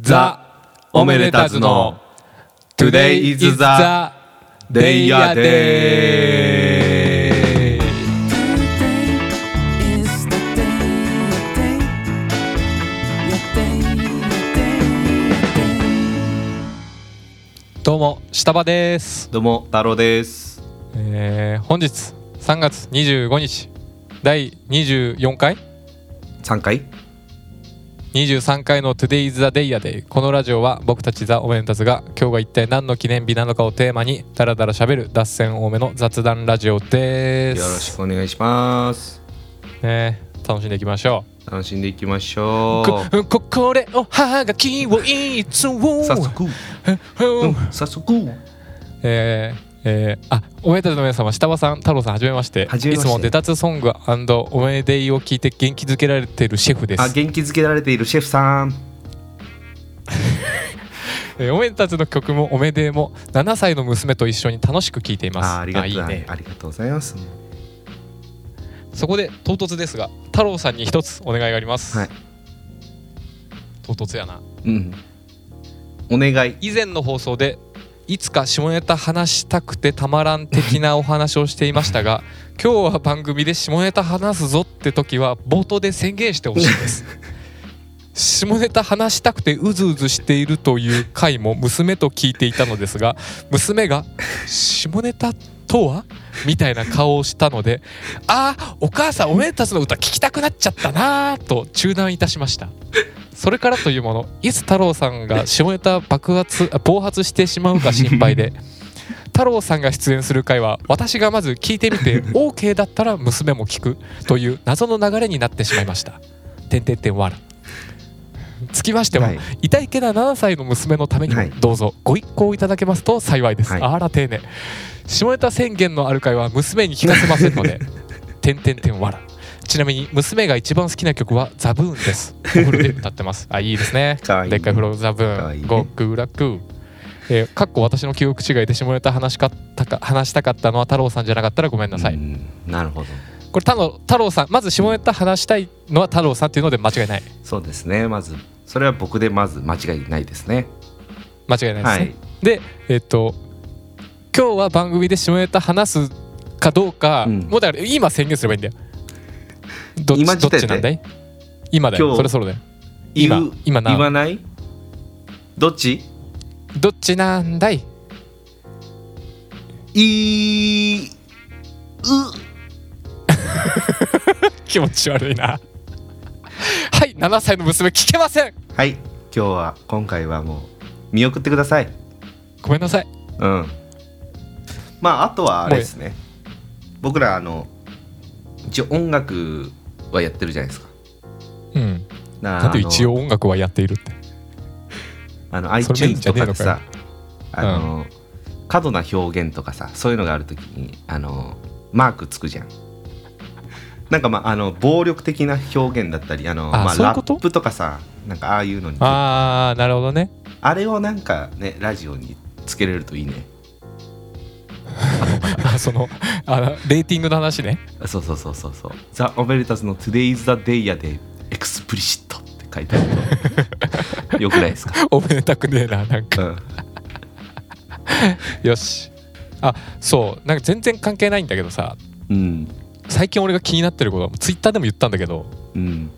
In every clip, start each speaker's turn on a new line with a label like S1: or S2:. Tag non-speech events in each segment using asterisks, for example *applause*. S1: ザ・
S2: おめでたずの Today is the Day a Day
S3: Today is the day, your day, your day, your day, your day.
S1: どうも下場です、
S2: どうも太郎です
S1: えー、本日3月25日第24回
S2: 3回
S1: 23回の Today is the day ya day このラジオは僕たちザ・オメンタズが今日が一体何の記念日なのかをテーマにダラダラしゃべる脱線多めの雑談ラジオで
S2: よ
S1: す
S2: ろしくお願いします
S1: ね楽しんでいきましょ
S2: 楽しんでいきましょ
S1: う
S2: う
S1: こここれをはがきをいつも
S2: 早速うん早速
S1: えーえーあおめでたの皆様下場さん太郎さんはじめまして
S2: はじめ
S1: い
S2: ま
S1: つ
S2: して
S1: もデタツソングおめでいを聞いて元気づけられているシェフです
S2: あ元気づけられているシェフさん
S1: えーおめでたつの曲もおめでも7歳の娘と一緒に楽しく聴いています
S2: あありがとう
S1: いいね
S2: ありがとうございます
S1: そこで唐突ですが太郎さんに一つお願いがあります、
S2: はい
S1: 唐突やな
S2: うんお願い
S1: 以前の放送でいつか下ネタ話したくてたまらん的なお話をしていましたが今日は番組で下ネタ話すぞって時は冒頭で宣言してほしいです下ネタ話したくてうずうずしているという回も娘と聞いていたのですが娘が「下ネタとは?」みたいな顔をしたので「ああお母さんおめでたちの歌聞きたくなっちゃったな」と中断いたしましたそれからというものいつ太郎さんが下ネタ爆発あ暴発してしまうか心配
S2: *laughs*
S1: で太郎さんが出演する回は私がまず聞いてみ
S2: *laughs*
S1: て OK だったら娘も聞くという謎の流れになってしまいました。てんてんてんわらつきましては、
S2: はい
S1: 痛いけな7歳の娘のためにも
S2: はい
S1: どうぞご一行いただけますと幸いです、
S2: はい
S1: あら丁寧下ネタ宣言のある回は娘に聞かせませんので「てんてんてんわら」ちなみに娘が一番好きな曲は「ザブーン」ですお風呂で歌ってますあいいですね
S2: かわいい
S1: でっかい風呂ザブ
S2: かわ
S1: ー
S2: いい
S1: ン
S2: ね
S1: 極楽えー、かっこ私の記憶違いで下ネタ話しかったか話したかったのは太郎さんじゃなかったらごめんなさい、
S2: うんなるほど
S1: これ太郎太郎さんまず下ネタ話したいのは太郎さんっていうので間違いない
S2: そうですねまずそれは僕でまず間違いないですね
S1: 間違いないですね、
S2: はい
S1: でえっと今日は番組で下ネタ話すかどうか、
S2: うん
S1: もうだから今宣言すればいいんだよどっち
S2: 今
S1: ど
S2: 時
S1: っちな
S2: 点で
S1: んだい今だ
S2: 今
S1: よ
S2: 日
S1: それそれだよ今
S2: 言う
S1: 今な
S2: 言わないどっち
S1: どっちなんだい *laughs*
S2: いう
S1: 気持ち悪いな *laughs* はい7歳の娘聞けません
S2: はい今日は今回はもう見送ってください
S1: ごめんなさい
S2: うんまああとはあれですね僕らあの一応音楽はやってるじゃないですか
S1: うん
S2: な
S1: なんで一応音楽はやっているって
S2: あの
S1: それメイン
S2: iTunes
S1: じゃ
S2: と
S1: ねえの
S2: か
S1: か
S2: で
S1: よ
S2: さあの、過度な表現とかさそういうのがあるときにあのマークつくじゃんなんかまああの暴力的な表現だったりあの
S1: あ
S2: まあ、
S1: そういう
S2: ラ
S1: こ
S2: ッ
S1: と
S2: プとかさなんかああいうのにあ
S1: あーなるほど
S2: *laughs*
S1: ね
S2: れをなんかねラジオにつけれるといいね
S1: あそのあのレーティングの話ね *laughs*
S2: あそうそうそうそうそう「ザ・オベリタスの Today is the day やでエクスプリシット」って書いてある *laughs* とよくないですか、
S1: おめでたくねえななん
S2: *laughs*
S1: か
S2: うん、
S1: よしあそうなんか全然関係ないんだけどさ
S2: うん
S1: 最近俺が気になってることツイッターでも言ったんだけど
S2: うん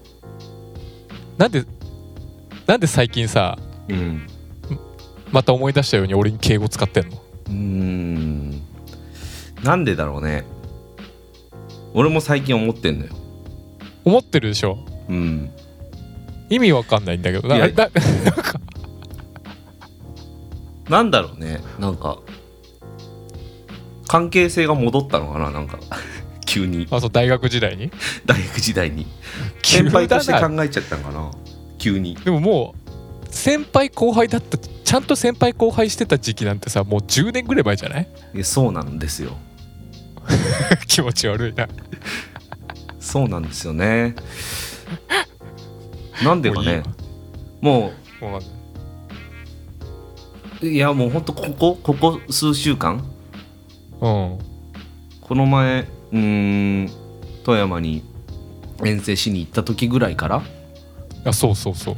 S1: なんでなんで最近さ
S2: うん
S1: また思い出したように俺に敬語使ってんの
S2: うーんなんでだろうね俺も最近思ってんのよ
S1: 思ってるでしょ
S2: うん
S1: 意味わかんないんだけどない
S2: や
S1: な
S2: なんだろうねなんか関係性が戻ったのかななんか急に
S1: あそう大学時代に
S2: 大学時代に先輩として
S1: 急だな
S2: 考えちゃったのかな急に
S1: でももう先輩後輩だったちゃんと先輩後輩してた時期なんてさもう10年ぐらい前じゃない *laughs*
S2: いやそうなんですよ
S1: 気持ち悪いな
S2: そうなんですよねなんでかね
S1: も
S2: も
S1: ういいわもうわかんないう
S2: いやもうほんとここここ数週間
S1: うん
S2: この前うーん富山に遠征しに行った時ぐらいから
S1: あそうそうそ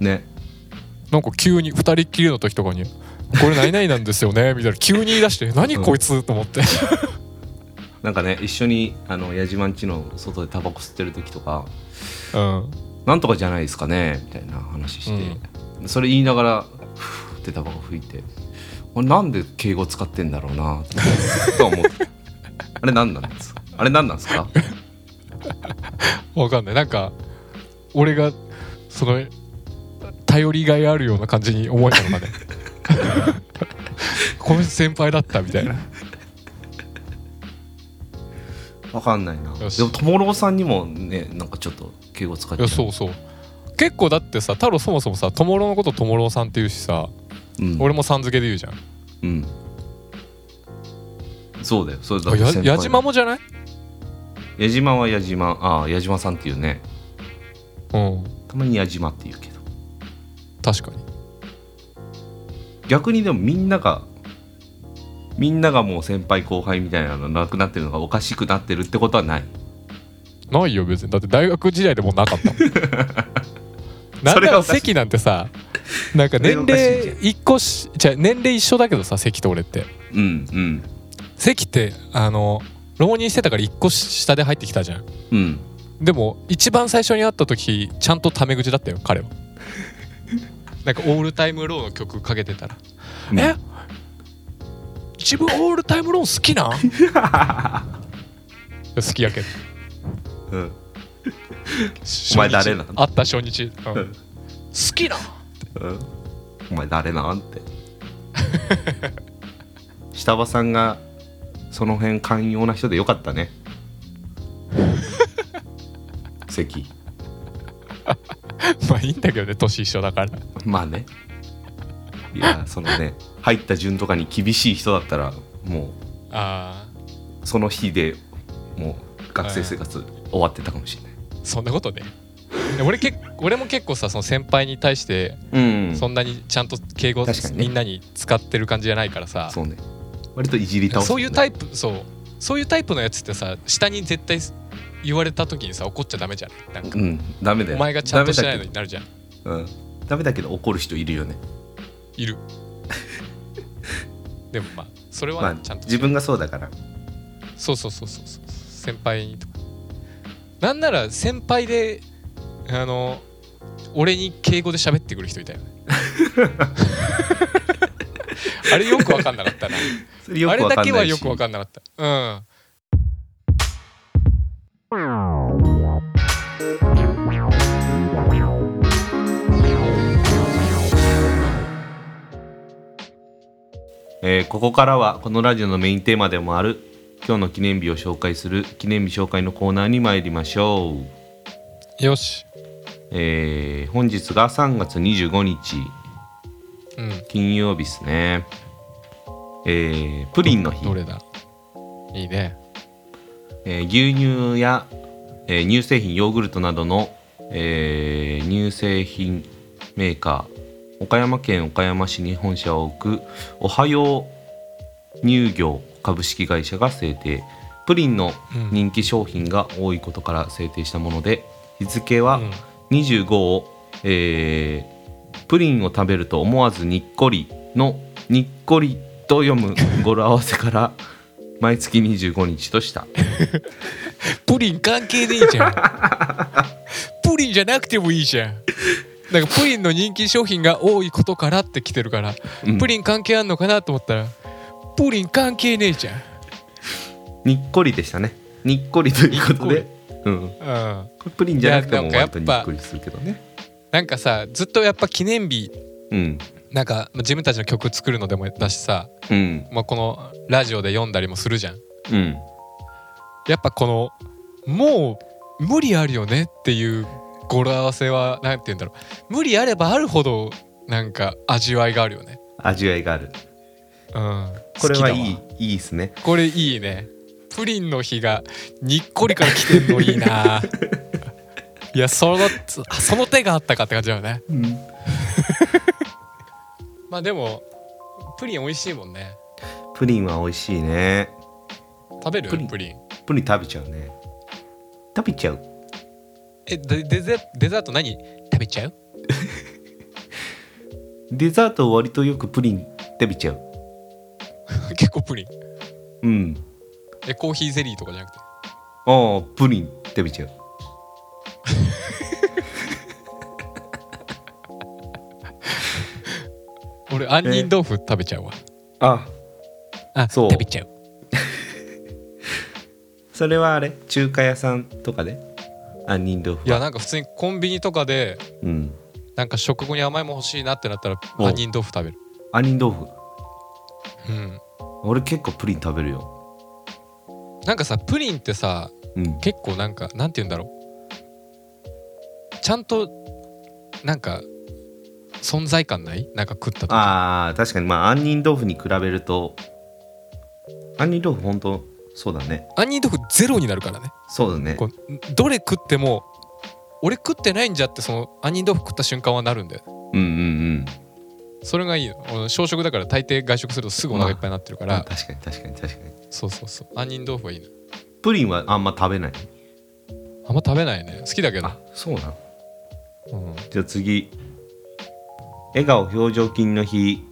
S1: う
S2: ね
S1: なんか急に2人っきりの時とかに「これ何々なんですよね」みたいな急に言い出して「何こいつ」と思って
S2: なんかね一緒にあの矢島んちの外でタバコ吸ってる時とか
S1: *laughs* うん
S2: 「なんとかじゃないですかね」みたいな話して、それ言いながらふーってタバコ吹いてあなんで敬語使ってんだろうなってとは思ってたあれ何なんですかあれ何なんですか
S1: わかんないなんか俺がその頼りがいあるような感じに思えたの
S2: *laughs*
S1: かねこの人先輩だったみたいな
S2: わかんないなで
S1: よし
S2: も友郎さんにもねなんかちょっと敬語使っ
S1: い
S2: て
S1: やそうそう結構だってさ太郎そもそもさ友郎のこと友郎さんって言うしさ
S2: うん、
S1: 俺もさん付けで言うじゃん
S2: うんそうだよそれだ
S1: あ
S2: って
S1: や
S2: 先輩
S1: 矢島もじゃない
S2: 矢島は矢島ああ矢島さんっていうね
S1: うん
S2: たまに矢島っていうけど
S1: 確かに
S2: 逆にでもみんながみんながもう先輩後輩みたいなのなくなってるのがおかしくなってるってことはない
S1: ないよ別にだって大学時代でもうなかったも
S2: *laughs*
S1: んなん
S2: それ
S1: だ
S2: が
S1: ろ
S2: おかしい
S1: 席なんてさなんか年
S2: それがおかしいじゃ
S1: 齢一個しじゃあ年齢一緒だけどさ席と俺って
S2: うんうん
S1: 関ってあの浪人してたから1個下で入ってきたじゃん
S2: うん
S1: でも一番最初に会った時ちゃんとタメ口だったよ
S2: *laughs*
S1: 彼はなんかオールタイムローの曲かけてたら「
S2: うん
S1: え自分オールタイムロー好きなん?い
S2: *laughs*
S1: や」好きやけど
S2: うん
S1: 初日
S2: お前誰なの
S1: 会った初日、うん
S2: うん
S1: 好きなん *laughs*
S2: うんお前誰なんって下場さんがその辺寛容な人でよかった
S1: *laughs*
S2: ね関
S1: まあいいんだけどね年一緒だから
S2: まあねいやそのね入った順とかに厳しい人だったらも
S1: あ
S2: うその日でもう学生生活終わってたかもしれない
S1: ーそんなことねで俺け俺も結構さその先輩に対して
S2: うん
S1: そんなにちゃんと敬語、
S2: 確かにね
S1: みんなに使ってる感じじゃないからさ
S2: そうね割といじり倒す、ね、
S1: そういうタ
S2: イ
S1: イプそうそういうタイプのやつってさ下に絶対言われた時にさ怒っちゃダメじゃんなんか、
S2: うんダメだよ
S1: お前がちゃんとしないの
S2: ダメ
S1: になるじゃん
S2: だけどうん、ダメだけど怒る人いるよね、
S1: いる *laughs* でもまあそれ
S2: ま
S1: は
S2: あ
S1: ちゃんと、
S2: 自分がそうだから
S1: そうそうそうそうそう先輩にとかなんなら先輩であの俺に敬語で喋ってくる人い
S2: *laughs*
S1: たよねあれよく分かんなかったな
S2: それよく
S1: あ
S2: わか
S1: れ
S2: んないし
S1: だけはよく分かんなかったうん
S2: えーここからはこのラジオのメインテーマでもある今日の記念日を紹介する記念日紹介のコーナーに参りましょう
S1: よし
S2: えー本日が3月25日
S1: うん
S2: 金曜日ですねえープリンの日
S1: ど、れだいいね
S2: えー牛乳や、えー乳製品ヨーグルトなどの、えー乳製品メーカー岡山県岡山市に本社を置くおはよう乳業株式会社が制定プリンの
S1: うん
S2: 人気商品が多いことから制定したもので日付は、
S1: うん
S2: 25を、えープリンを食べると思わずにっこりのにっこりと読む語呂合わせから毎月25日とした
S1: プリン関係でいいじ
S2: *laughs*
S1: ゃんプリンじゃなくてもいいじゃんなんかプリンの人気商品が多いことからって来てるから、
S2: うん
S1: プリン関係あんのかなと思ったらプリン関係ねえじゃん
S2: にっこりでしたねにっこりということ
S1: にっ
S2: で、うん、
S1: うん
S2: これプリンじゃなくても
S1: いやなんか
S2: 割と
S1: やっ
S2: に
S1: ぱ
S2: っこりするけどね
S1: なんかさずっとやっぱ記念日
S2: うん
S1: なんか自分たちの曲作るのでもだしさ、
S2: うん
S1: まあ、このラジオで読んだりもするじゃん
S2: うん
S1: やっぱこのもう無理あるよねっていう語呂合わせはなんて言うんだろう無理あればあるほどなんか味わいがあるよね
S2: 味わいがある
S1: うん
S2: これはい
S1: 好きだ
S2: い
S1: わ
S2: いいですね
S1: これいいねプリンの日がにっこりから来てんのいい
S2: *laughs*
S1: ないやそのその手があったかって感じだよね
S2: うん
S1: まあでもプリン美味しいもんね
S2: プリンは美味しいね
S1: 食べるプ
S2: プ
S1: リ
S2: リ
S1: ン
S2: ンプリン食べちゃうね食べちゃう
S1: えでデゼデザート何食べちゃう
S2: デザートを割とよくプリン食べちゃう
S1: *laughs* 結構プリン
S2: うん
S1: えコーヒーゼリーとかじゃなくて
S2: ああプリン食べちゃう
S1: 俺杏仁豆腐食べちゃうわ
S2: あ
S1: あ
S2: そう
S1: 食べちゃう
S2: それはあれ中華屋さんとかで杏仁豆
S1: い
S2: 腐
S1: や
S2: は
S1: なんか普通にコンビニとかで
S2: うん
S1: なんか食後に甘いもん欲しいなってなったら
S2: お
S1: 杏仁豆腐食べる
S2: 杏仁豆腐
S1: うん
S2: 俺結構プリン食べるよ
S1: なんかさプリンってさ
S2: うん
S1: 結構なんかなんて言うんだろうちゃんとなんか存在感ないなんか食ったと
S2: あー確かにまあ杏仁豆腐に比べると杏仁豆腐本当そうだね
S1: 杏仁豆腐ゼロになるからね
S2: そうだね
S1: こうどれ食っても俺食ってないんじゃってその杏仁豆腐食った瞬間はなるんだよね
S2: うんうん
S1: それがいいの俺小食だから大抵外食するとすぐお腹いっぱいになってるか
S2: うん
S1: ら、
S2: あ確かに確かに確かに
S1: そうそうそう杏仁豆腐はいいの
S2: プリンはあんま食べない
S1: あんま食べないね好きだけど
S2: あ、そうなの
S1: うん、
S2: じゃあ次笑顔表情筋の日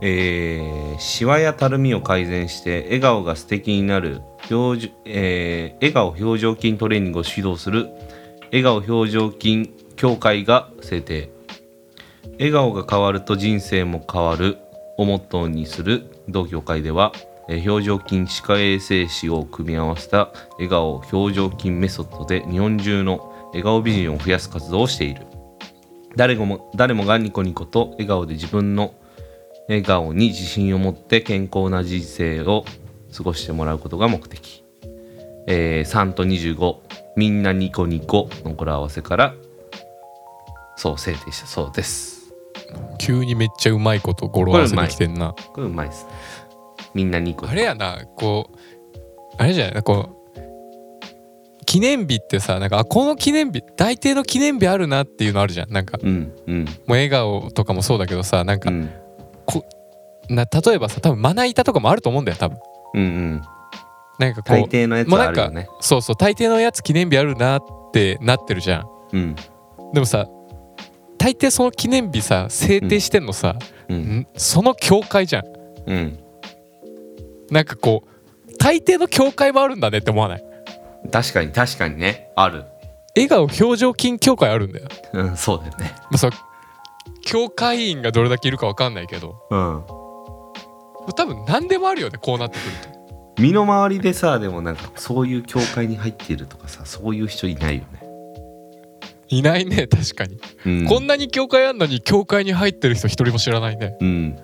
S2: えー、シワやたるみを改善して笑顔が素敵になる表情、えー笑顔表情筋トレーニングを指導する笑顔表情筋協会が制定笑顔が変わると人生も変わるをモットーにする同協会では、えー表情筋歯科衛生士を組み合わせた笑顔表情筋メソッドで日本中の笑顔美人を増やす活動をしている誰も誰もがニ *laughs* コニコと笑顔で自分の笑顔に自信を持って健康な人生を過ごしてもらうことが目的、えー3と25みんなニコニコの語呂合わせからそう制定したそうです
S1: 急にめっちゃうまいこと語呂合わせにきてんな
S2: これうまいですねみんなニコニコ
S1: あれやなこうあれじゃないこう記念日ってさなんかあこの記念日大抵の記念日あるなっていうのあるじゃんなんかも
S2: うんうん
S1: う笑顔とかもそうだけどさなん
S2: う
S1: か、
S2: ん
S1: な例えばさ多分まな板とかもあると思うんだよ多分
S2: うんうん
S1: なんかこう
S2: 大抵のやつ
S1: もう
S2: は
S1: な
S2: あ
S1: ん
S2: るよ
S1: か
S2: ね
S1: そうそう大抵のやつ記念日あるなってなってるじゃん
S2: うん
S1: でもさ大抵その記念日さ制定してんのさ、
S2: うん
S1: んその教会じゃん
S2: うん
S1: なんかこう大抵の教会もあるんだねって思わない
S2: 確かに確かにねある
S1: 笑顔表情筋教会あるんだよ
S2: うんそうだよね
S1: まあさ教会員がどれだけいるかわかんないけど *laughs*
S2: うん
S1: 多分何でもあるよねこうなってくると
S2: 身の回りでさでもなんかそういう教会に入ってるとかさそういう人いないよね、
S1: いないね確かに、
S2: うん、
S1: こんなに教会あんのに教会に入ってる人一人も知らないね
S2: うん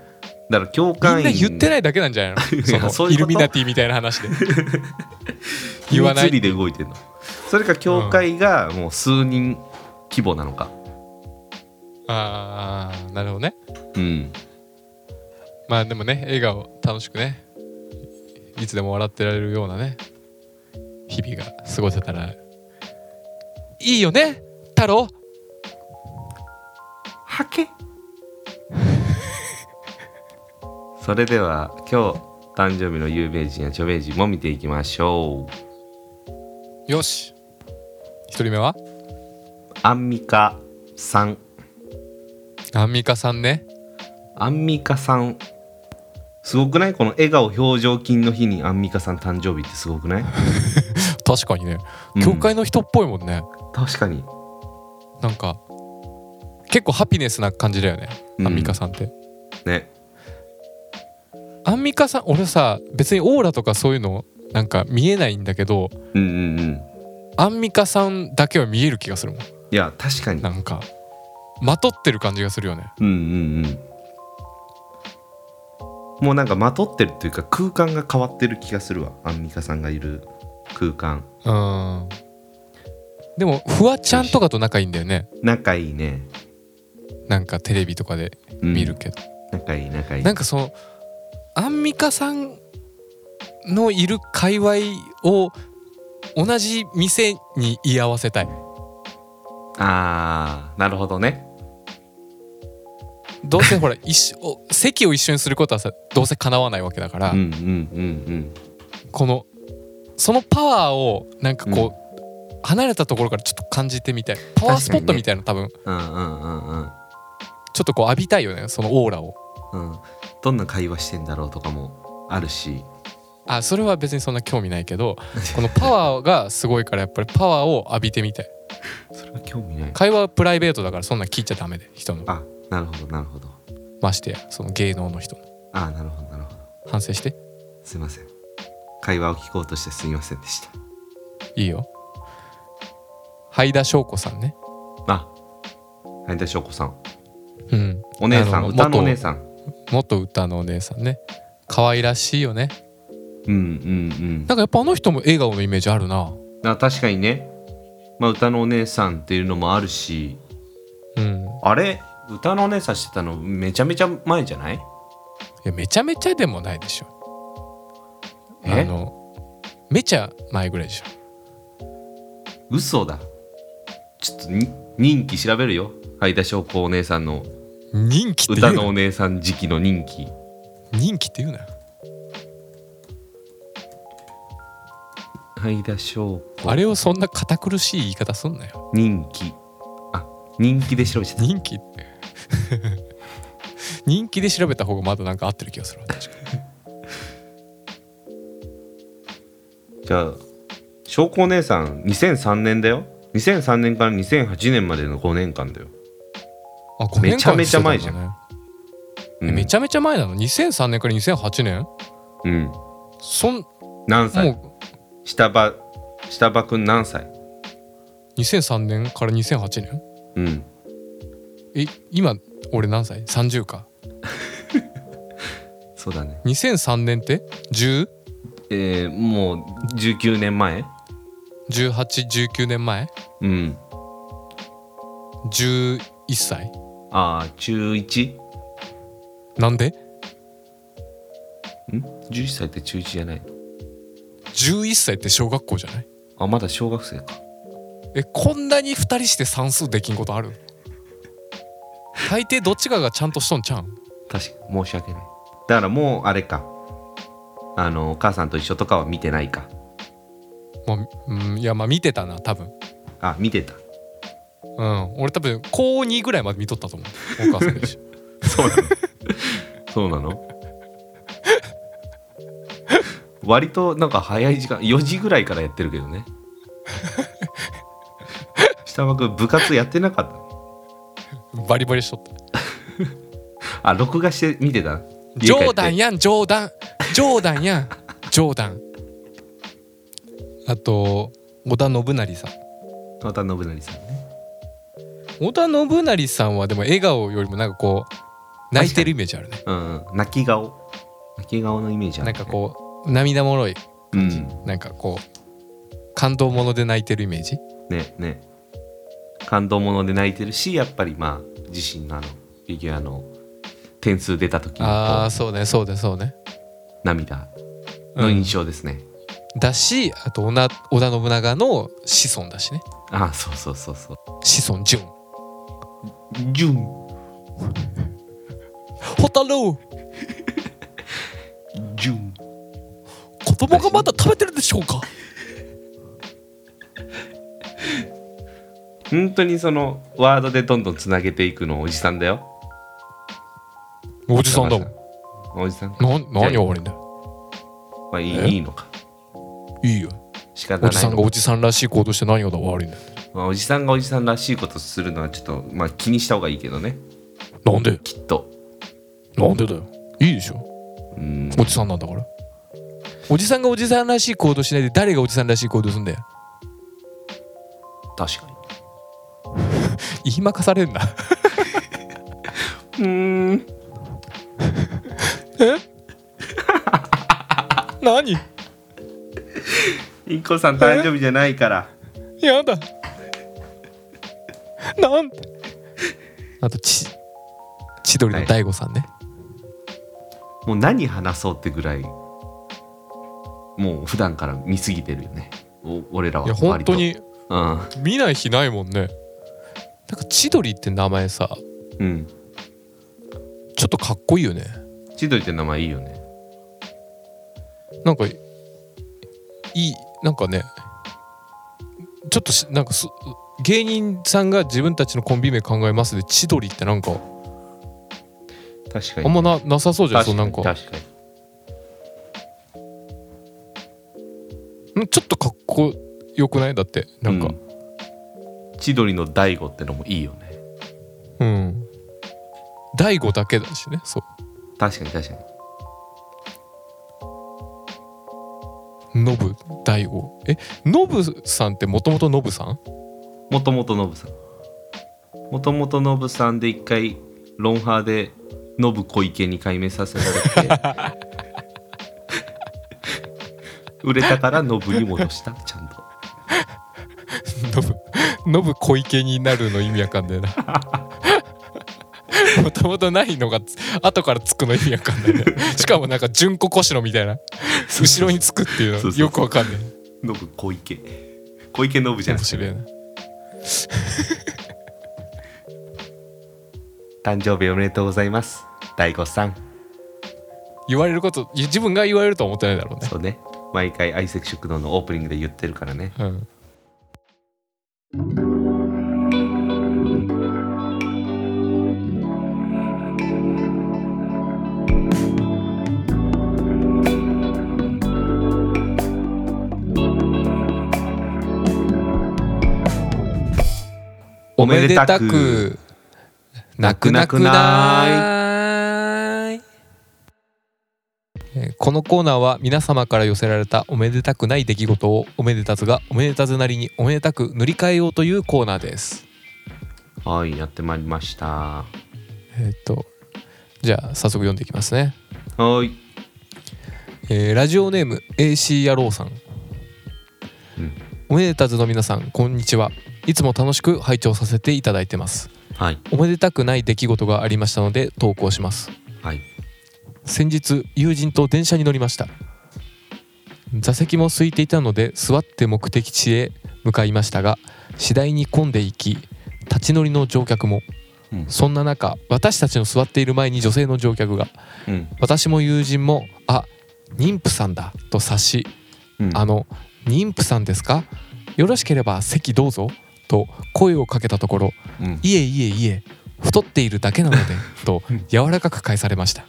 S2: だから教
S1: み
S2: 会
S1: ん
S2: 員
S1: な言ってないだけなんじゃないの
S2: *laughs* いや
S1: その
S2: そういう
S1: イ
S2: こと
S1: ルミナティみたいな話で言
S2: 言
S1: わ
S2: わ
S1: な
S2: ないいで動いてんのそれか教会がもう数人規模なのか
S1: ああなるほどね
S2: うん
S1: まあでもね笑顔楽しくねいつでも笑ってられるようなね日々が過ごせたらいいよね太郎
S2: はけ *laughs* それでは今日誕生日の有名人や著名人も見ていきましょう
S1: よし一人目は
S2: アンミカさん
S1: アンミカさんね
S2: アンミカさんすごくないこの笑顔表情筋の日にアンミカさん誕生日ってすごくない
S1: 確かにね
S2: うん
S1: 教会の人っぽいもんね、
S2: 確かに
S1: なんか結構ハピネスな感じだよね
S2: うん
S1: アンミカさんって、
S2: ね
S1: アンミカさん俺さ別にオーラとかそういうのなんか見えないんだけど
S2: うんうんうん
S1: アンミカさんだけは見える気がするもん
S2: いや確かに
S1: なんかまとってる感じがするよね
S2: うんうんうんもうなんかまとってるというか空間が変わってる気がするわアンミカさんがいる空間
S1: うんでもフワちゃんとかと仲いいんだよね
S2: 仲いいね、
S1: なんかテレビとかで
S2: うん
S1: 見るけど、
S2: 仲いい仲いい
S1: なんかそのアンミカさんのいる界隈を同じ店に居合わせたい
S2: あーなるほどね
S1: どうせほら一緒お席を一緒にすることはさどうせ叶わないわけだから、
S2: うんうんうん
S1: このそのパワーをなんかこう、離れたところからちょっと感じてみたいパワースポットみたいな、多分
S2: うんうんうんうん
S1: ちょっとこう浴びたいよねそのオーラを
S2: うんどんな会話してんだろうとかもあるし
S1: あそれは別にそんな興味ないけ
S2: *laughs*
S1: どこのパワーがすごいからやっぱりパワーを浴びてみたい
S2: それは興味ない
S1: 会話はプライベートだからそんなん聞いちゃダメで人の
S2: あなるほどなるほど
S1: ましてやその芸能の人の
S2: あなるほどなるほど
S1: 反省して
S2: すいません会話を聞こうとしてすみませんでした
S1: いいよ灰田翔子さんね
S2: あはい田翔子さん
S1: うん
S2: お姉さ
S1: あ
S2: ん
S1: の
S2: 歌のお姉さん
S1: 元歌のお姉さんね可愛らしいよね
S2: うんうん
S1: なんかやっぱあの人も笑顔のイメージあるな
S2: うんあ確かにね、まあ、歌のお姉さんっていうのもあるし
S1: うんい
S2: あれ歌のお姉さんしてたのめちゃめちゃ前じゃない
S1: やめちゃめちゃでもないでしょあ
S2: え
S1: のめちゃ前ぐらいでしょ
S2: 嘘だちょっとに人気調べるよはい田翔子お姉さんの
S1: 人気って
S2: 歌
S1: 言う
S2: のお
S1: な
S2: 姉さん時期の人気
S1: 人気って言うな
S2: はい田翔子
S1: あれをそんな堅苦しい言い方すんなよ
S2: 人気あ人気で調べちゃった
S1: 人気って *laughs* 人気で調べた方がまだなんか合ってる気がするわ確かに
S2: じゃあ翔子お姉さん2003年だよ2003年から2008年までの5年間だよ、
S1: あ5
S2: めちゃめちゃ前じゃん
S1: ん、
S2: う
S1: え
S2: ん、
S1: めちゃめちゃ前なの2003年から2008年
S2: うん
S1: そんも
S2: 何歳
S1: う
S2: 下場下場くん何歳
S1: 2003年から2008年
S2: うん
S1: え今俺何歳 ?30 か
S2: そうだね
S1: 2003年って 10?
S2: えー、もう19年前
S1: 1819年前
S2: うん
S1: 11歳
S2: ああ中 1?
S1: なんで
S2: ん ?11 歳って中1じゃないの
S1: ?11 歳って小学校じゃない
S2: あまだ小学生か
S1: えこんなに2人して算数できんことある大抵どっちかがちゃんとしとんちゃうん
S2: 確か申し訳ないだからもうあれかあのお母さんと一緒とかは見てないか
S1: まあ、うん、いやまあ見てたな多分
S2: あ見てた
S1: うん俺多分高2ぐらいまで見とったと思うお母さん
S2: *laughs*
S1: でしょ
S2: そうなのそうなの割となんか早い時間4時ぐらいからやってるけど
S1: *laughs*
S2: ね下間君部活やってなかっ
S1: バリバリしとった
S2: たあ録画して見てた家帰って
S1: 冗談やん冗談冗談やん冗談あと織田信成さん
S2: また信成さんね
S1: 織田信成さんはでも笑顔よりもなんかこう泣いてるイメージあるね
S2: うんうん泣き顔泣き顔のイメージあ
S1: な
S2: る、ね、
S1: んかこう涙もろいう
S2: うん
S1: なんかこう感動もので泣いてるイメージ
S2: ねね感動もので泣いてるしやっぱりまあ自身のあのフィギュアの点数出た時
S1: あ
S2: の
S1: あ
S2: こ
S1: そうねそうねそうね、
S2: う涙
S1: う
S2: の
S1: ん
S2: 印象ですね、
S1: だしあと織田織田信長の子孫だしね
S2: ああそうそうそうそう
S1: 子孫純
S2: ジュン
S1: 「ホタロウ
S2: ジュン
S1: 子供がまだ食べてるでしょうか?
S2: 本当にそのワードでどんどんつなげていくのおじさんだよ」
S1: おじさんだも
S2: おじさん、
S1: んな何が悪いんだよ
S2: まあ、い
S1: え
S2: いいいのか
S1: いいよ
S2: 仕方
S1: お
S2: ない
S1: じさん
S2: の
S1: が
S2: か
S1: おじさんらしい行動して何が悪いんだよ
S2: まあおじさんがおじさんらしいことするのはちょっと、まあ、気にした方がいいけどね
S1: なんで
S2: きっと
S1: なんでだよいいでしょ
S2: うん
S1: おじさんなんだからおじさんがおじさんらしい行動しないで誰がおじさんらしい行動するんだよ
S2: 確かに
S1: 言いまかされんな
S2: うん
S1: *laughs* 何
S2: インコさん誕生日じゃないから
S1: やだなんてあとち千鳥の大悟さんね、
S2: もう何話そうってぐらいもう普段から見すぎてるよねお俺ら
S1: い、
S2: は
S1: や本当に
S2: 割
S1: 見ない日ないもんねなんか千鳥って名前さ
S2: とうん、うん、
S1: ちょっとかっこいいよね
S2: 千鳥って名前いいよね
S1: なんかいいなんかねちょっとしなんかす芸人さんが自分たちのコンビ名考えますで千鳥ってなんか
S2: 確かに
S1: あんまななさそうじゃんそ
S2: 確
S1: う
S2: か
S1: なんか
S2: に確
S1: ん
S2: かに
S1: ちょっとかっこよくないだってなんか
S2: うん千鳥の大悟ってのもいいよね
S1: うん大悟だけだしねそ
S2: 確かに確かに
S1: うノブ大悟えノブさんってもともとノブさん
S2: もともとノブさんもともとノブさんで一回ロンハーでノブ小池に改名させ
S1: *laughs*
S2: られて売れたからノブに戻したちゃんと
S1: ノブノブ小池になるの意味わかんねえな *laughs* もともとないのがつ後からつくの意味わかんないねしかもなんか純子こしのみたいな後ろにつくってい
S2: そうう
S1: の
S2: そう
S1: よくわかんない
S2: ノブ小池小池ノブじゃな
S1: 面
S2: くて
S1: 白いな
S2: 誕生日おめでとうございます大悟さん
S1: 言われることいや自分が言われるとは思ってないだろうね
S2: そうね毎回相席食堂のオープニングで言ってるからね
S1: うんおめでたくなくなくないえーこのコーナーは皆様から寄せられたおめでたくない出来事をおめでたずがおめでたずなりにおめでたく塗り替えようというコーナーです
S2: はいやってまいりましたは
S1: えーっとじゃあ早速読んでいきますね、
S2: ーい
S1: えーラジオネーム AC 野郎さん
S2: うん
S1: おめでたずの皆さんこんにちはいつも楽しく拝聴させていただいてます
S2: はい
S1: おめでたくない出来事がありましたので投稿します
S2: はい
S1: 先日友人と電車に乗りました座席も空いていたので座って目的地へ向かいましたが次第に混んでいき立ち乗りの乗客も、
S2: うん
S1: そんな中私たちの座っている前に女性の乗客が
S2: うん
S1: 私も友人も「あ妊婦さんだ」と察し
S2: うん
S1: あの「妊婦さんですかよろしければ席どうぞ」と声をかけたところ
S2: うん
S1: 「いえいえいえ太っているだけなので」と柔らかく返されました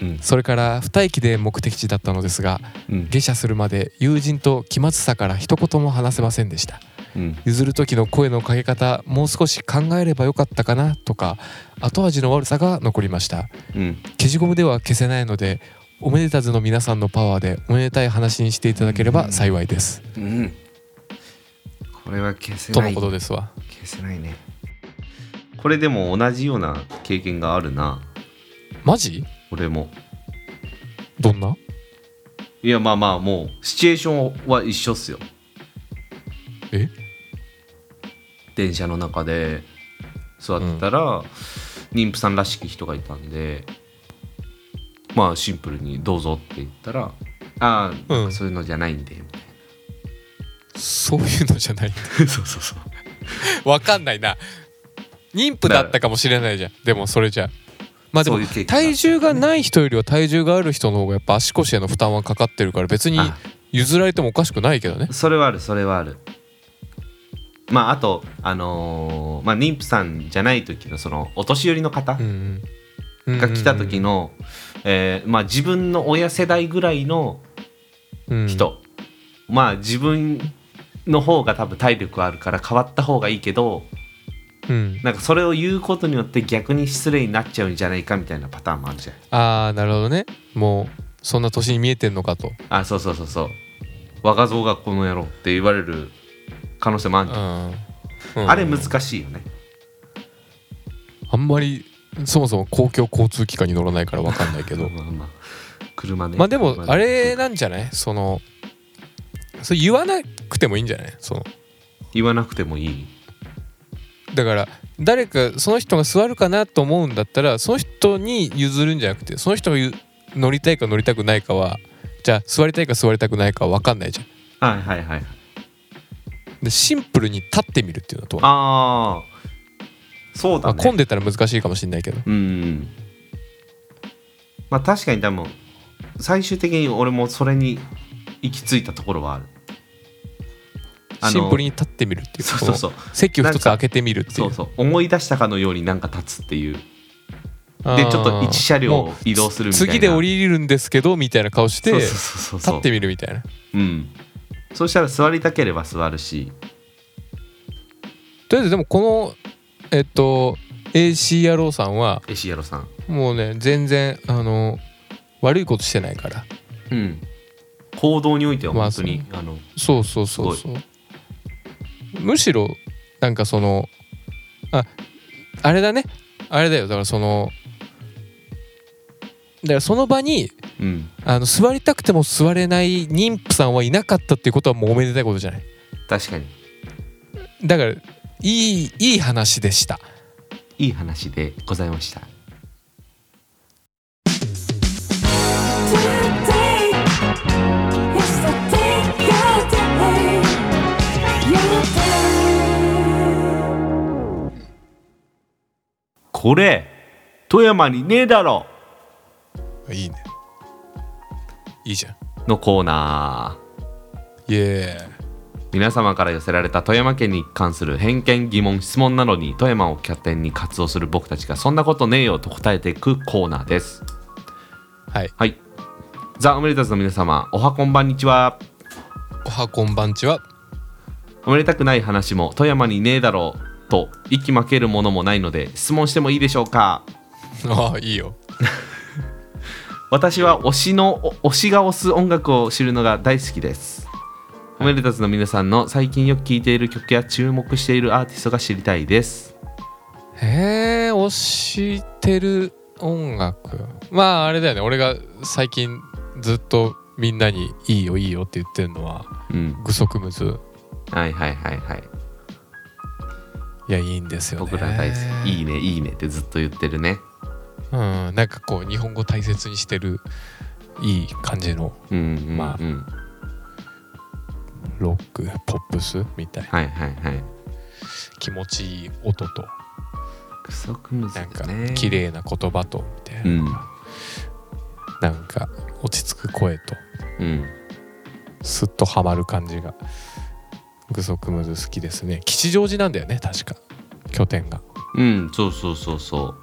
S2: うん
S1: それから二駅で目的地だったのですが
S2: うん
S1: 下車するまで友人と気まずさから一言も話せませんでした
S2: うん
S1: 譲る時の声のかけ方もう少し考えればよかったかなとか後味の悪さが残りました
S2: うん
S1: 消しゴムでは消せないのでおめでたずの皆さんのパワーでおめでたい話にしていただければ幸いです、
S2: うんこれは消せ
S1: と
S2: な
S1: の
S2: い
S1: ことですわ
S2: 消せないねこれでも同じような経験があるな
S1: マジ
S2: 俺も
S1: どんない
S2: やまあまあもうシチュエーションは一緒っすよ
S1: え
S2: 電車の中で座ってたら、妊婦さんらしき人がいたんでまあシンプルに「どうぞ」って言ったら「ああ、なん
S1: う
S2: か
S1: ん
S2: そういうのじゃないんで」みたい
S1: そういうのじゃない
S2: な *laughs* そうそうそう
S1: わかんないな妊婦だったかもしれないじゃんでもそれじゃまあでも
S2: そういう経験があった
S1: 体重がない人よりは体重がある人の方がやっぱ足腰への負担はかかってるから別に
S2: あ
S1: 譲られてもおかしくないけどね
S2: それはあるそれはあるまああとあのーまあ妊婦さんじゃない時のそのお年寄りの方
S1: うんうん
S2: が来た時の、えーまあ自分の親世代ぐらいの人、まあ自分の方が多分体力あるから変わった方がいいけど
S1: うんうん
S2: なんかそれを言うことによって逆に失礼になっちゃうんじゃないかみたいなパターンもあるじゃん
S1: ああなるほどねもうそんな年に見えてんのかと
S2: あそうそうそうそう若造がこの野郎って言われる可能性もある、
S1: うんうん
S2: あれ難しいよね
S1: あんまりそもそも公共交通機関に乗らないからわかんないけ
S2: *laughs*
S1: ど
S2: まあまあ車ね
S1: まあでも
S2: 車ね
S1: あれなんじゃないそのそれ言わなくてもいいんじゃないその
S2: 言わなくてもいい
S1: だから誰かその人が座るかなと思うんだったらその人に譲るんじゃなくてその人がゆ乗りたいか乗りたくないかはじゃあ座りたいか座りたくないかは分かんないじゃん
S2: はいはいはい
S1: でシンプルに立ってみるっていうのとは、
S2: ああそう
S1: ま
S2: だ
S1: あ、
S2: ね
S1: 混んでたら難しいかもしれないけど
S2: うんまあ確かに多分最終的に俺もそれに行き着いたところはあるあの
S1: シンプルに立ってみるっていう
S2: そう
S1: こ
S2: そう
S1: の
S2: そう
S1: 席を一つ開けてみるってい
S2: そう
S1: う
S2: そう思い出したかのようになんか立つっていう
S1: あ
S2: で
S1: ー
S2: ちょっと一車両を移動するみたいな
S1: もう次で降りるんですけどみたいな顔して
S2: そう
S1: 立
S2: そうそうそう
S1: ってみるみたいな
S2: うんそうしたら座りたければ座るし
S1: とりあえずでもこのえっと ACRO さんは
S2: エシヤロさん
S1: もうね全然あの悪いことしてないから
S2: うん行動においては本当に、あ、の
S1: そうそうそうそうむしろなんかそのああれだねあれだよだからそのだからその場に
S2: うん
S1: あの座りたくても座れない妊婦さんはいなかったっていうことはもうおめでたいことじゃない
S2: 確かに
S1: だからいいいい話でした
S2: いい話でございましたこれ富山にねえだろ
S1: いいねいいじゃん
S2: のコーナー
S1: イエ
S2: 皆様から寄せられた富山県に関する偏見疑問質問などに富山を拠点に活動する僕たちがそんなことねえよと答えていくコーナーです
S1: ーはい
S2: はいザ・オメリタスの皆様おはこんばんにちは
S1: おはこんばんちは
S2: おめでたくない話も富山にねえだろうと息負けるものもないので質問してもいいでしょうか
S1: ああいいよ
S2: 私は推しのお推しが推す音楽を知るのが大好きですおめでたつの皆さんの最近よく聴いている曲や注目しているアーティストが知りたいです
S1: へえ推してる音楽まああれだよね俺が最近ずっとみんなに「いいよいいよ」って言ってるのは
S2: うん
S1: グソクムズ
S2: はいはいはいはい
S1: いやいいんですよね
S2: 僕ら大好きいいねいいねってずっと言ってるね
S1: うんなんかこう日本語大切にしてるいい感じの
S2: うんうん、うん、
S1: まあロックポップスみたいな
S2: はいはいはい
S1: 気持ちいい音と
S2: クソクムズ
S1: なんか
S2: ね
S1: 綺麗な言葉とみたいな、
S2: うん
S1: なんか落ち着く声と
S2: うん
S1: スッとはまる感じがグソクムズ好きですね吉祥寺なんだよね確か拠点が
S2: うんそうそうそうそ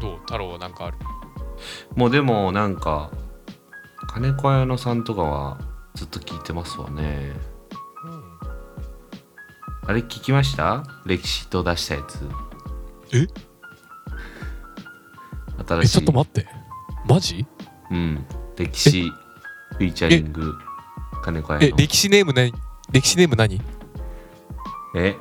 S1: どう太郎はなんかある
S2: うもうでもなんか金子綾乃さんとかはずっと聞いてますわねあれ聞きました歴史と出したやつ
S1: え
S2: 新し
S1: え
S2: い
S1: ちょっと待ってマジ
S2: うん歴史フィーチャリング金子
S1: え
S2: 綾乃
S1: 歴史ネーム何歴史ネーム何
S2: え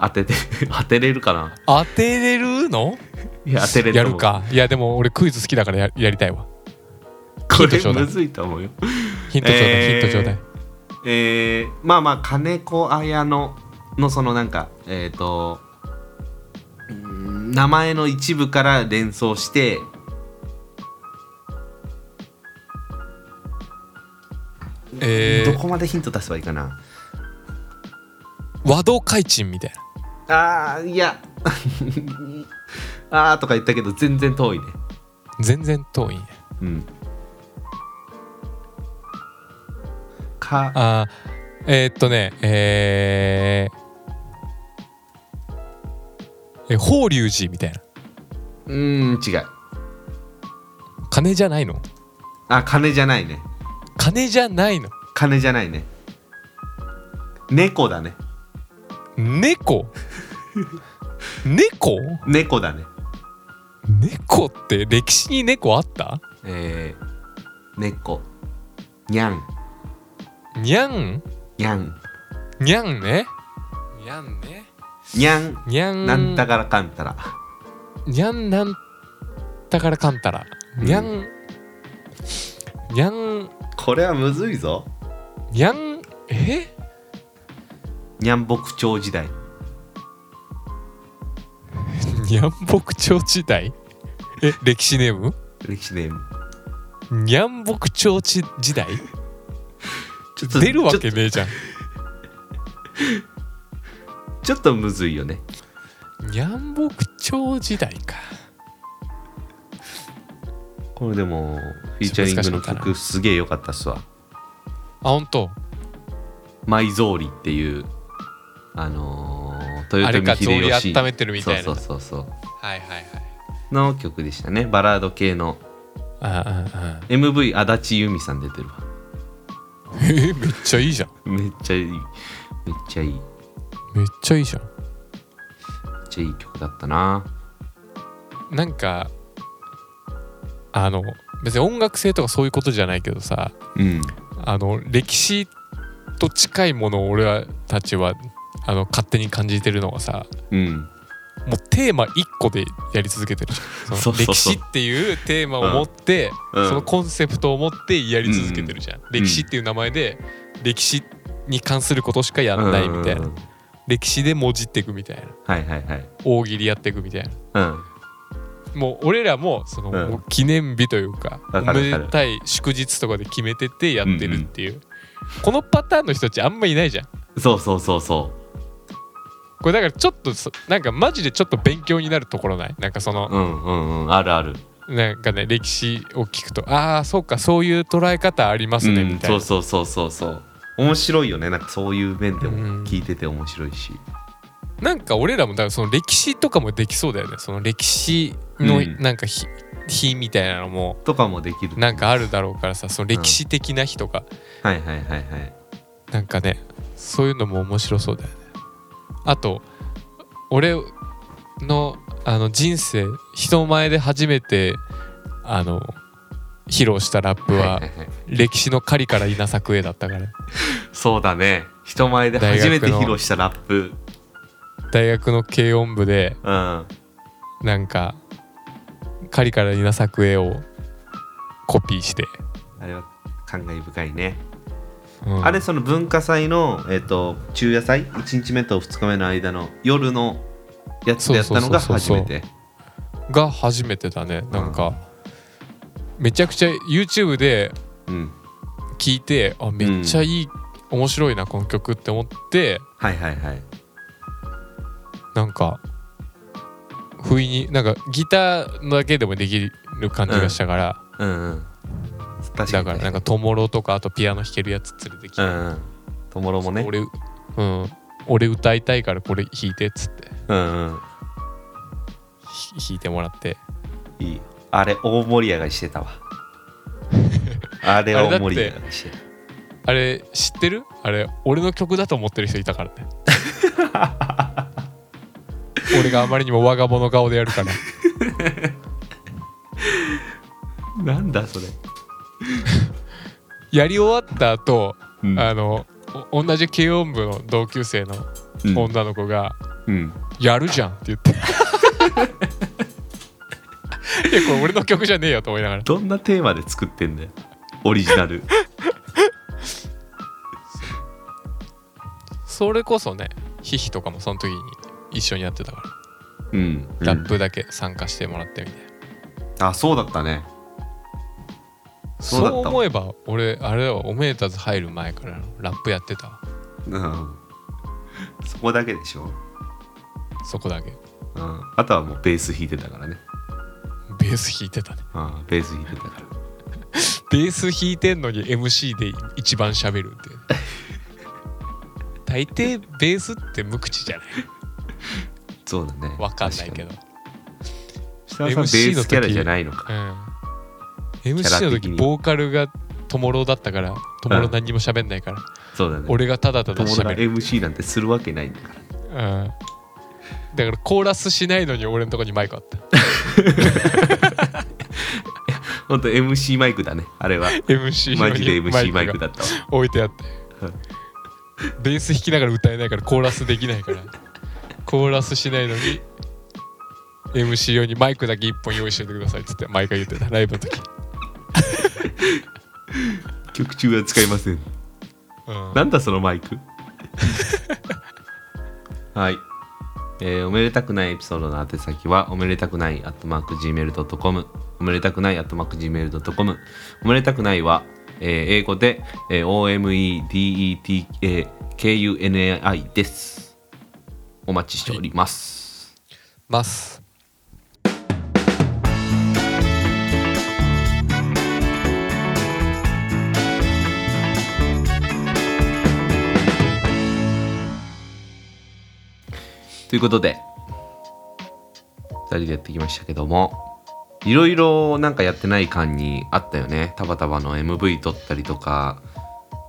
S2: 当てて *laughs* 当てれるかな
S1: 当てれるの
S2: いや当てれる
S1: や
S2: と
S1: る
S2: 思う
S1: かいやでも俺クイズ好きだからややりたいわ
S2: こ
S1: ヒントちょ
S2: れ
S1: うだい
S2: むずいと思うよ
S1: ヒントちょうだい、
S2: えー
S1: ヒントちょうだい
S2: えー、まあまあ金子綾乃のそのなんかえっ、とうーん名前の一部から連想して
S1: え
S2: ど
S1: ー、
S2: こまでヒント出せばいいかな、
S1: 和道開珍みたいな
S2: あーいや *laughs* あーとか言ったけど全然遠いね
S1: 全然遠いね
S2: うんか
S1: あーえー、っとねえー、え法隆寺みたいな
S2: うーん違う
S1: 金じゃないの
S2: あ金じゃないね
S1: 金じゃないの
S2: 金じゃないね猫だね
S1: 猫猫
S2: 猫だね
S1: 猫って歴史に猫あった
S2: えー、猫にゃん
S1: にゃん
S2: にゃん
S1: にゃんねにゃんね
S2: にゃん
S1: にゃん
S2: なんたからかんたら
S1: にゃんなんだからかんたらにゃん、にゃん
S2: これはむずいぞ
S1: にゃんえ
S2: にゃん牧鳥時代
S1: にゃん牧鳥時代え歴史ネーム
S2: 歴史ネーム
S1: にゃん牧鳥時代
S2: ちょっ
S1: 出るわけ
S2: ちょ
S1: ねえじゃん
S2: ちょっとむずいよね
S1: にゃん牧鳥時代か
S2: これでもフィーチャリングの曲すげえ良かったっすわ
S1: あ本当
S2: 埋蔵りっていうあのー、
S1: あれか
S2: 豊臣
S1: 草履
S2: 秀吉
S1: 温めてるみたいな
S2: そうそうそうそ
S1: はいはいはいう
S2: の曲でしたねバラード系の
S1: あああ
S2: MV 足立由美さん出てるわ
S1: あえめっちゃいいじゃん
S2: めっちゃいいめっちゃいいめっ
S1: めっちゃいいじゃん
S2: ちゃいい曲だったな
S1: なんかあの別に音楽性とかそういうことじゃないけどさ
S2: うん
S1: あの歴史と近いものを俺らたちはあの勝手に感じてるのがさ
S2: うん
S1: もうテーマ1個でやり続けてるじゃんそ
S2: そう
S1: の
S2: そうそう
S1: 歴史っていうテーマを持って、
S2: うん
S1: そのコンセプトを持ってやり続けてるじゃん、歴史っていう名前で歴史に関することしかやんないみたいな、
S2: うん
S1: 歴史でもじっていくみたいな
S2: はいはいはい
S1: 大喜利やっていくみたいな
S2: うん
S1: もう俺らもその、
S2: ん
S1: もう記念日というか
S2: わ
S1: お
S2: かるわか
S1: め
S2: る
S1: でたい祝日とかで決めててやってるっていう、このパターンの人たちあんまいないじゃん
S2: そうそうそうそ
S1: これだからちょっとそなんかマジでちょっと勉強になるところないなんかその、
S2: ううんうんうんあるある
S1: なんかね歴史を聞くとああそうかそういう捉え方ありますね、
S2: うん
S1: みたいな
S2: そうそうそうそうそう面白いよねなんかそういう面で
S1: うん
S2: も聞いてて面白いし、
S1: なんか俺らもだからその歴史とかもできそうだよねその歴史の
S2: うん
S1: なんか日,、日みたいなのも
S2: とかもできる
S1: なんかあるだろうからさその歴史的な日とか、
S2: はいはいはいはい
S1: なんかねそういうのも面白そうだよねあと俺のあの人生人前で初めてあの披露したラップ
S2: は
S1: はい
S2: はいはい
S1: 歴史の狩りから稲作へだったから
S2: そうだね人前で初めて披露したラップ
S1: 大学の軽音部で
S2: うん
S1: なんか狩りから稲作へをコピーして、
S2: あれは感慨深いね、
S1: うん
S2: あれその文化祭の、えっと昼夜祭1日目と2日目の間の夜のやつでやったのが
S1: そう
S2: 初
S1: そう
S2: め
S1: そうそう
S2: て
S1: が初めてだねなんか、めちゃくちゃ YouTube で
S2: うん
S1: 聞いてあめっちゃいい、面白いなこの曲って思って
S2: はいはいはい
S1: なんか不意になんかギターだけでもできる感じがしたから、
S2: うんうん確か
S1: だ
S2: に
S1: から
S2: ね
S1: なんかトモロとかあとピアノ弾けるやつ連れてきて、
S2: うんうんともろもね
S1: 俺うん俺歌いたいからこれ弾いてっつって
S2: うんうん
S1: ひ弾いてもらって
S2: いいあれ大盛り上がりしてたわあれ大盛り上がりしてた
S1: あれ知ってるあれ俺の曲だと思ってる人いたからね
S2: *laughs*
S1: 俺があまりにも我が物顔でやるから
S2: なんだそれ
S1: やり終わった後、
S2: うん
S1: あのお同じ軽音部の同級生の
S2: うん
S1: 女の子が
S2: うん
S1: 「やるじゃん」って言って
S2: *laughs*
S1: いやこれ俺の曲じゃねえよと思いながら
S2: どんなテーマで作ってんだよオリジナ
S1: *laughs*
S2: ル
S1: それこそねヒヒとかもその時に一緒にやってたか
S2: うん
S1: らラップだけ参加してもらってみたいな、
S2: あそうだったねそうだ
S1: そ
S2: った
S1: う
S2: わ
S1: 思えば俺あれはおめでたず入る前からラップやってたわ
S2: うんそこだけでしょ、
S1: そこだけ
S2: うん、あとはもうベース弾いてたからね、
S1: ベース弾いてたね
S2: うん、ベース弾いてたから
S1: ベース弾いてんのに MC で一番喋るっていう
S2: *laughs*
S1: ね大抵ベースって無口じゃない
S2: そうだね
S1: わかんないけど、
S2: 確かに設楽さん
S1: MC
S2: ベー
S1: の
S2: ス
S1: 時
S2: キャラじゃないのか
S1: うん、MC の
S2: キャラ的
S1: 時
S2: に
S1: ボーカルがトモロだったからトモロ何にも喋んないから、
S2: そうだね
S1: 俺がただただ
S2: 友達
S1: 喋
S2: が
S1: る、
S2: MC なんてするわけないんだから
S1: うん、だからコーラスしないのに俺のとこにマイクあった
S2: ほんと MC マイクだねあれは
S1: MC の
S2: マジで
S1: にマイ
S2: MC
S1: ク
S2: マ
S1: が
S2: イクだったわ
S1: 置いてあってベース弾きながら歌えないからコーラスできないからコーラスしないのに MC 用にマイクだけ1本用意しておいてくださいっつって毎回言ってたライブの時、
S2: 曲中は使いません
S1: うん、
S2: なんだそのマイクはい、えーおめでたくないエピソードの宛先はおめでたくないアットマーク Gmail.com おめでたくないアットマーク Gmail.com おめでたくないは、えー英語で、えー OMEDETKUNAI ですお待ちしております、
S1: ます
S3: 「
S2: ということで2人でやってきましたけどもいろいろなんかやってない感にあったよねたばたばの MV 撮ったりとか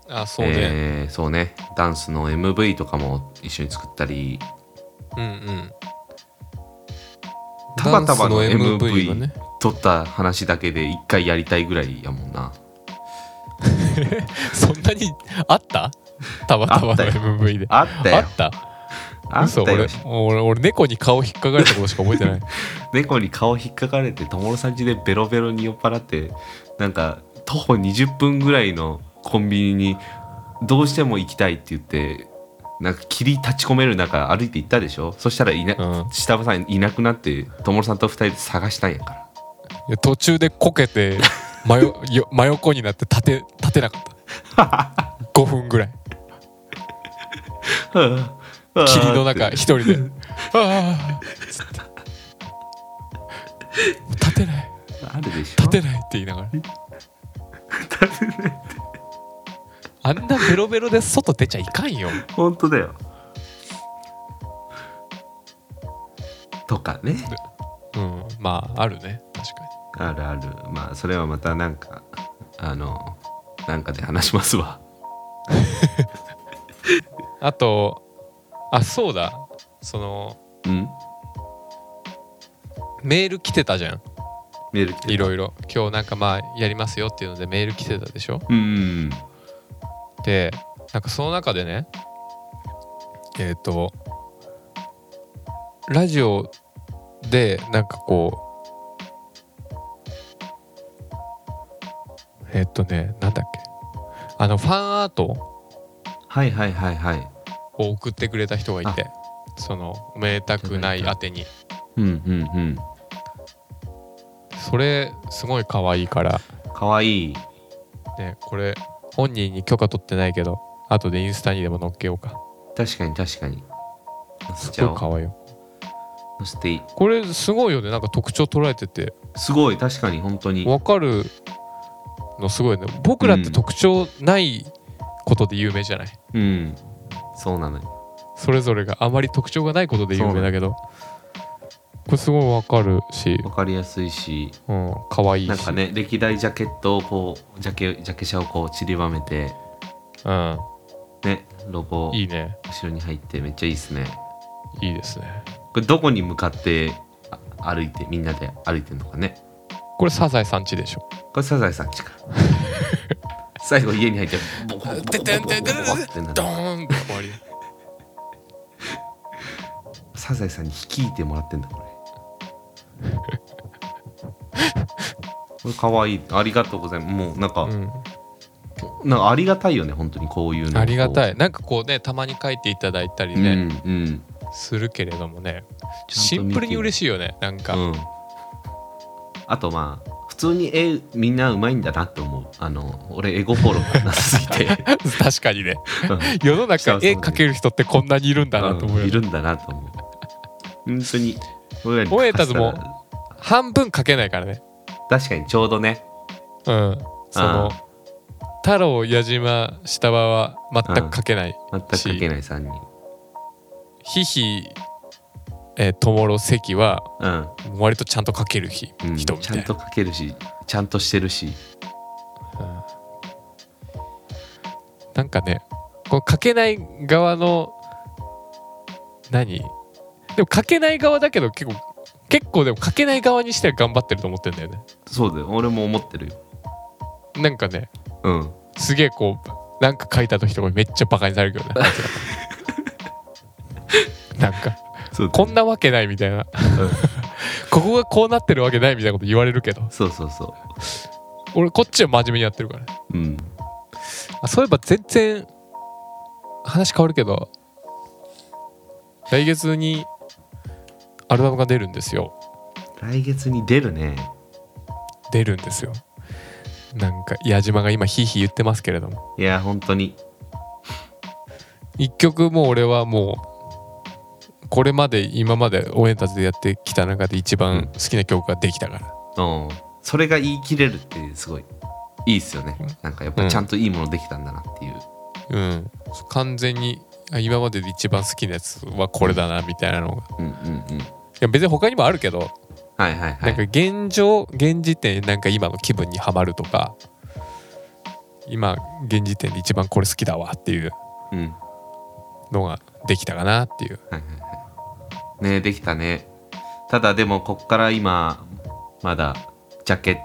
S1: あそうね、
S2: えーそうねダンスの MV とかも一緒に作ったり
S1: うんうん
S2: たばたばの
S1: ダンス
S2: MV
S1: がね
S2: 撮った話だけで1回やりたいぐらいやもんな
S1: *laughs* そんなにあったたまたま
S2: あ
S1: の
S2: ったよ
S1: MV で
S2: あったよ
S1: あった
S2: あっ
S1: 嘘
S2: た
S1: 俺
S2: よ
S1: 俺俺猫に顔引っかかれたことしか覚えて
S2: *laughs*
S1: ない
S2: 猫に顔引っかかれて友さん家でベロベロに酔っ払ってなんか徒歩20分ぐらいのコンビニにどうしても行きたいって言ってなんか霧立ち込める中歩いて行ったでしょそしたらいな、
S1: うん
S2: 下場さんいなくなって友さんと二人で探したんやから
S1: いや途中でこけて真よよ真横になって立て立てなかった5分ぐら
S2: *laughs*
S1: い霧の中一人で
S2: *laughs*
S1: 「ああ」つって「立てない
S2: あるでしょ
S1: 立てない」って言いながらあんなベロベロで外出ちゃいかんよ
S2: 本当だよとかね
S1: うんまああるね確かに
S2: あるあるまあそれはまたなんかあのなんかで話しますわ
S1: あとあそうだその
S2: うん
S1: メール来てたじゃん
S2: メール来てた
S1: いろいろ今日なんかまあやりますよっていうのでメール来てたでしょ
S2: うんうん
S1: でなんかその中でねえっ、とラジオでなんかこうえっ、とねなんだっけあのファンアートを
S2: はいはいはいはい
S1: 送ってくれた人がいてそのおめでたくない宛てに
S2: うんうん
S1: それすごい可愛いから
S2: うんかわいい
S1: ねこれ本人に許可取ってないけど後でインスタにでも載っけようか
S2: 確かに確かに載せ
S1: す
S2: ちゃ
S1: ご
S2: お
S1: いう可愛いよ
S2: 載せていい
S1: これすごいよねなんか特徴捉えてて
S2: すごい確かに本当に
S1: わかるのすごいね僕らって特徴ないことで有名じゃない、
S2: うんそうなのよ
S1: それぞれがあまり特徴がないことで有名だけどこれすごいわかるし
S2: わかりやすいし
S1: うん可愛いし
S2: なんかね歴代ジャケットをこうジャケジャケ写をこう散りばめて
S1: うん
S2: ねロゴ
S1: いいね
S2: 後ろに入ってめっちゃいいですね
S1: いいですね
S2: これどこに向かってあ歩いてみんなで歩いてんのかね
S1: これサザエさんちでしょ
S2: これサザエさんちか最後家に入ってボコボコボコボコボコってなる
S1: ドーンって終わり
S2: サザエさんに率いてもらってんだこれこれかわいいありがとうございますもうなんか、
S1: う、
S2: なんかありがたいよね本当にこういうんの
S1: ありがた
S2: い
S1: いなんかこうねたまに書いていただいたり
S2: うん
S1: ね、
S2: うん
S1: するけれどもね
S2: ちゃん
S1: シン
S2: と見て
S1: プルに嬉しいよねなんか、
S2: うんあとまあ普通に絵みんなうまいんだなって思うあの俺エゴフォローがなさすぎて
S1: *laughs* 確かにね
S2: うん
S1: 世の中絵描ける人ってこんなにいるんだなと思うよね
S2: うんいるんだなと思う本当に俺らに
S1: オエタズも
S2: 書かせたら
S1: 半分書けないからね
S2: 確かにちょうどね
S1: うんその
S2: あ
S1: 太郎矢島下場は全く書けない
S2: 全く書けない3人
S1: ヒヒえーともろ関は
S2: うん
S1: 割とちゃんと書ける日、
S2: うん
S1: 人み
S2: ちゃ
S1: たい
S2: ん
S1: な
S2: と書けるしちゃんとしてるし
S1: うんなんかねこう書けない側の何でも書けない側だけど結構結構でも書けない側にしては頑張ってると思ってんだよね
S2: そうだよ俺も思ってるよ
S1: なんかね
S2: うん
S1: すげえこうなんか書いた時とかめっちゃバカにされるけど *laughs* ねなんか
S2: そうだ
S1: こんなわけないみたいなここがこうなってるわけないみたいなこと言われるけど
S2: そうそうそ
S1: 俺こっちは真面目にやってるからね
S2: ううん
S1: あそういえば全然話変わるけど来月にアルバムが出るんですよ
S2: 来月に出るね
S1: 出るんですよなんか矢島が今ヒーヒー言ってますけれども
S2: いや本当に
S1: 一曲もう俺はもうこれまで今まで応援たちでやってきた中で一番好きな曲ができたから、
S2: うんそれが言い切れるってすごいいいっすよねなんかやっぱちゃんといいものできたんだなっていう
S1: うん、完全にあ今までで一番好きなやつはこれだなみたいなのがい
S2: うんうんうん
S1: や別に他にもあるけど、
S2: はいはいは
S1: なんか
S2: い
S1: 現状現時点なんか今の気分にはまるとか今現時点で一番これ好きだわっていう
S2: うんはい
S1: のができたかなっていう
S2: はいはいねできたねただでもこっから今まだジャケ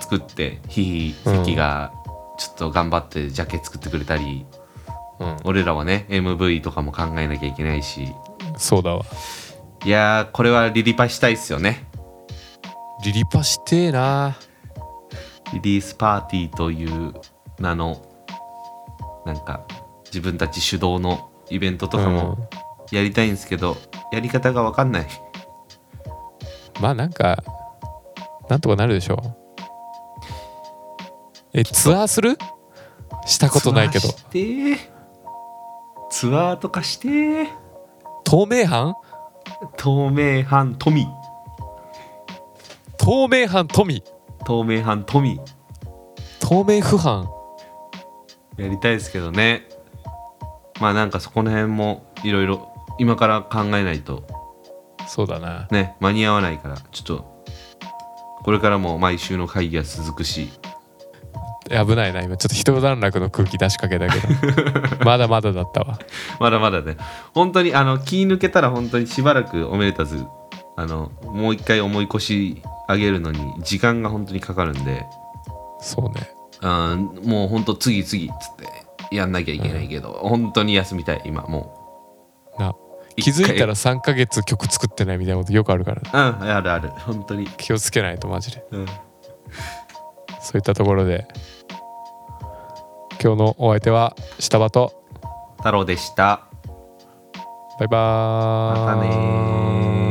S2: 作ってひひ
S1: うん
S2: 関がちょっと頑張ってジャケ作ってくれたり、
S1: うん
S2: 俺らはね MV とかも考えなきゃいけないし
S1: そうだわ
S2: いやーこれはリリパしたいっすよね
S1: リリパしてえな
S2: リリースパーティーという名のなんか自分たち主導のイベントとかもやりたいんですけど、やり方が分かんない
S1: まあなんかなんとかなるでしょうえツアーするしたことないけど
S2: ツアーしてーツアーとかしてー
S1: 透明版
S2: 透明版富
S1: 透明版富
S2: 透明版富
S1: 透明不版
S2: やりたいですけどねまあなんかそこら辺もいろいろ今から考えないと
S1: そうだな
S2: ね間に合わないからちょっとこれからも毎週の会議は続くし
S1: 危ないな今ちょっと一段落の空気出しかけだけどまだまだだったわ
S2: まだまだね本当にあの気抜けたら本当にしばらくおめでたずあのもう一回思い越し上げるのに時間が本当にかかるんで
S1: そうね
S2: あーもう本当次次っつってやんなきゃいけないけど、本当に休みたい今も
S1: な
S2: う
S1: 気づいたら
S2: 一
S1: 3ヶ月曲作ってないみたいなことよくあるから
S2: 回うんあるある本当に
S1: 気をつけないとマジで
S2: うん
S1: そういったところで今日のお相手は下場と
S2: 太郎でした
S1: バイバーイ
S2: またねー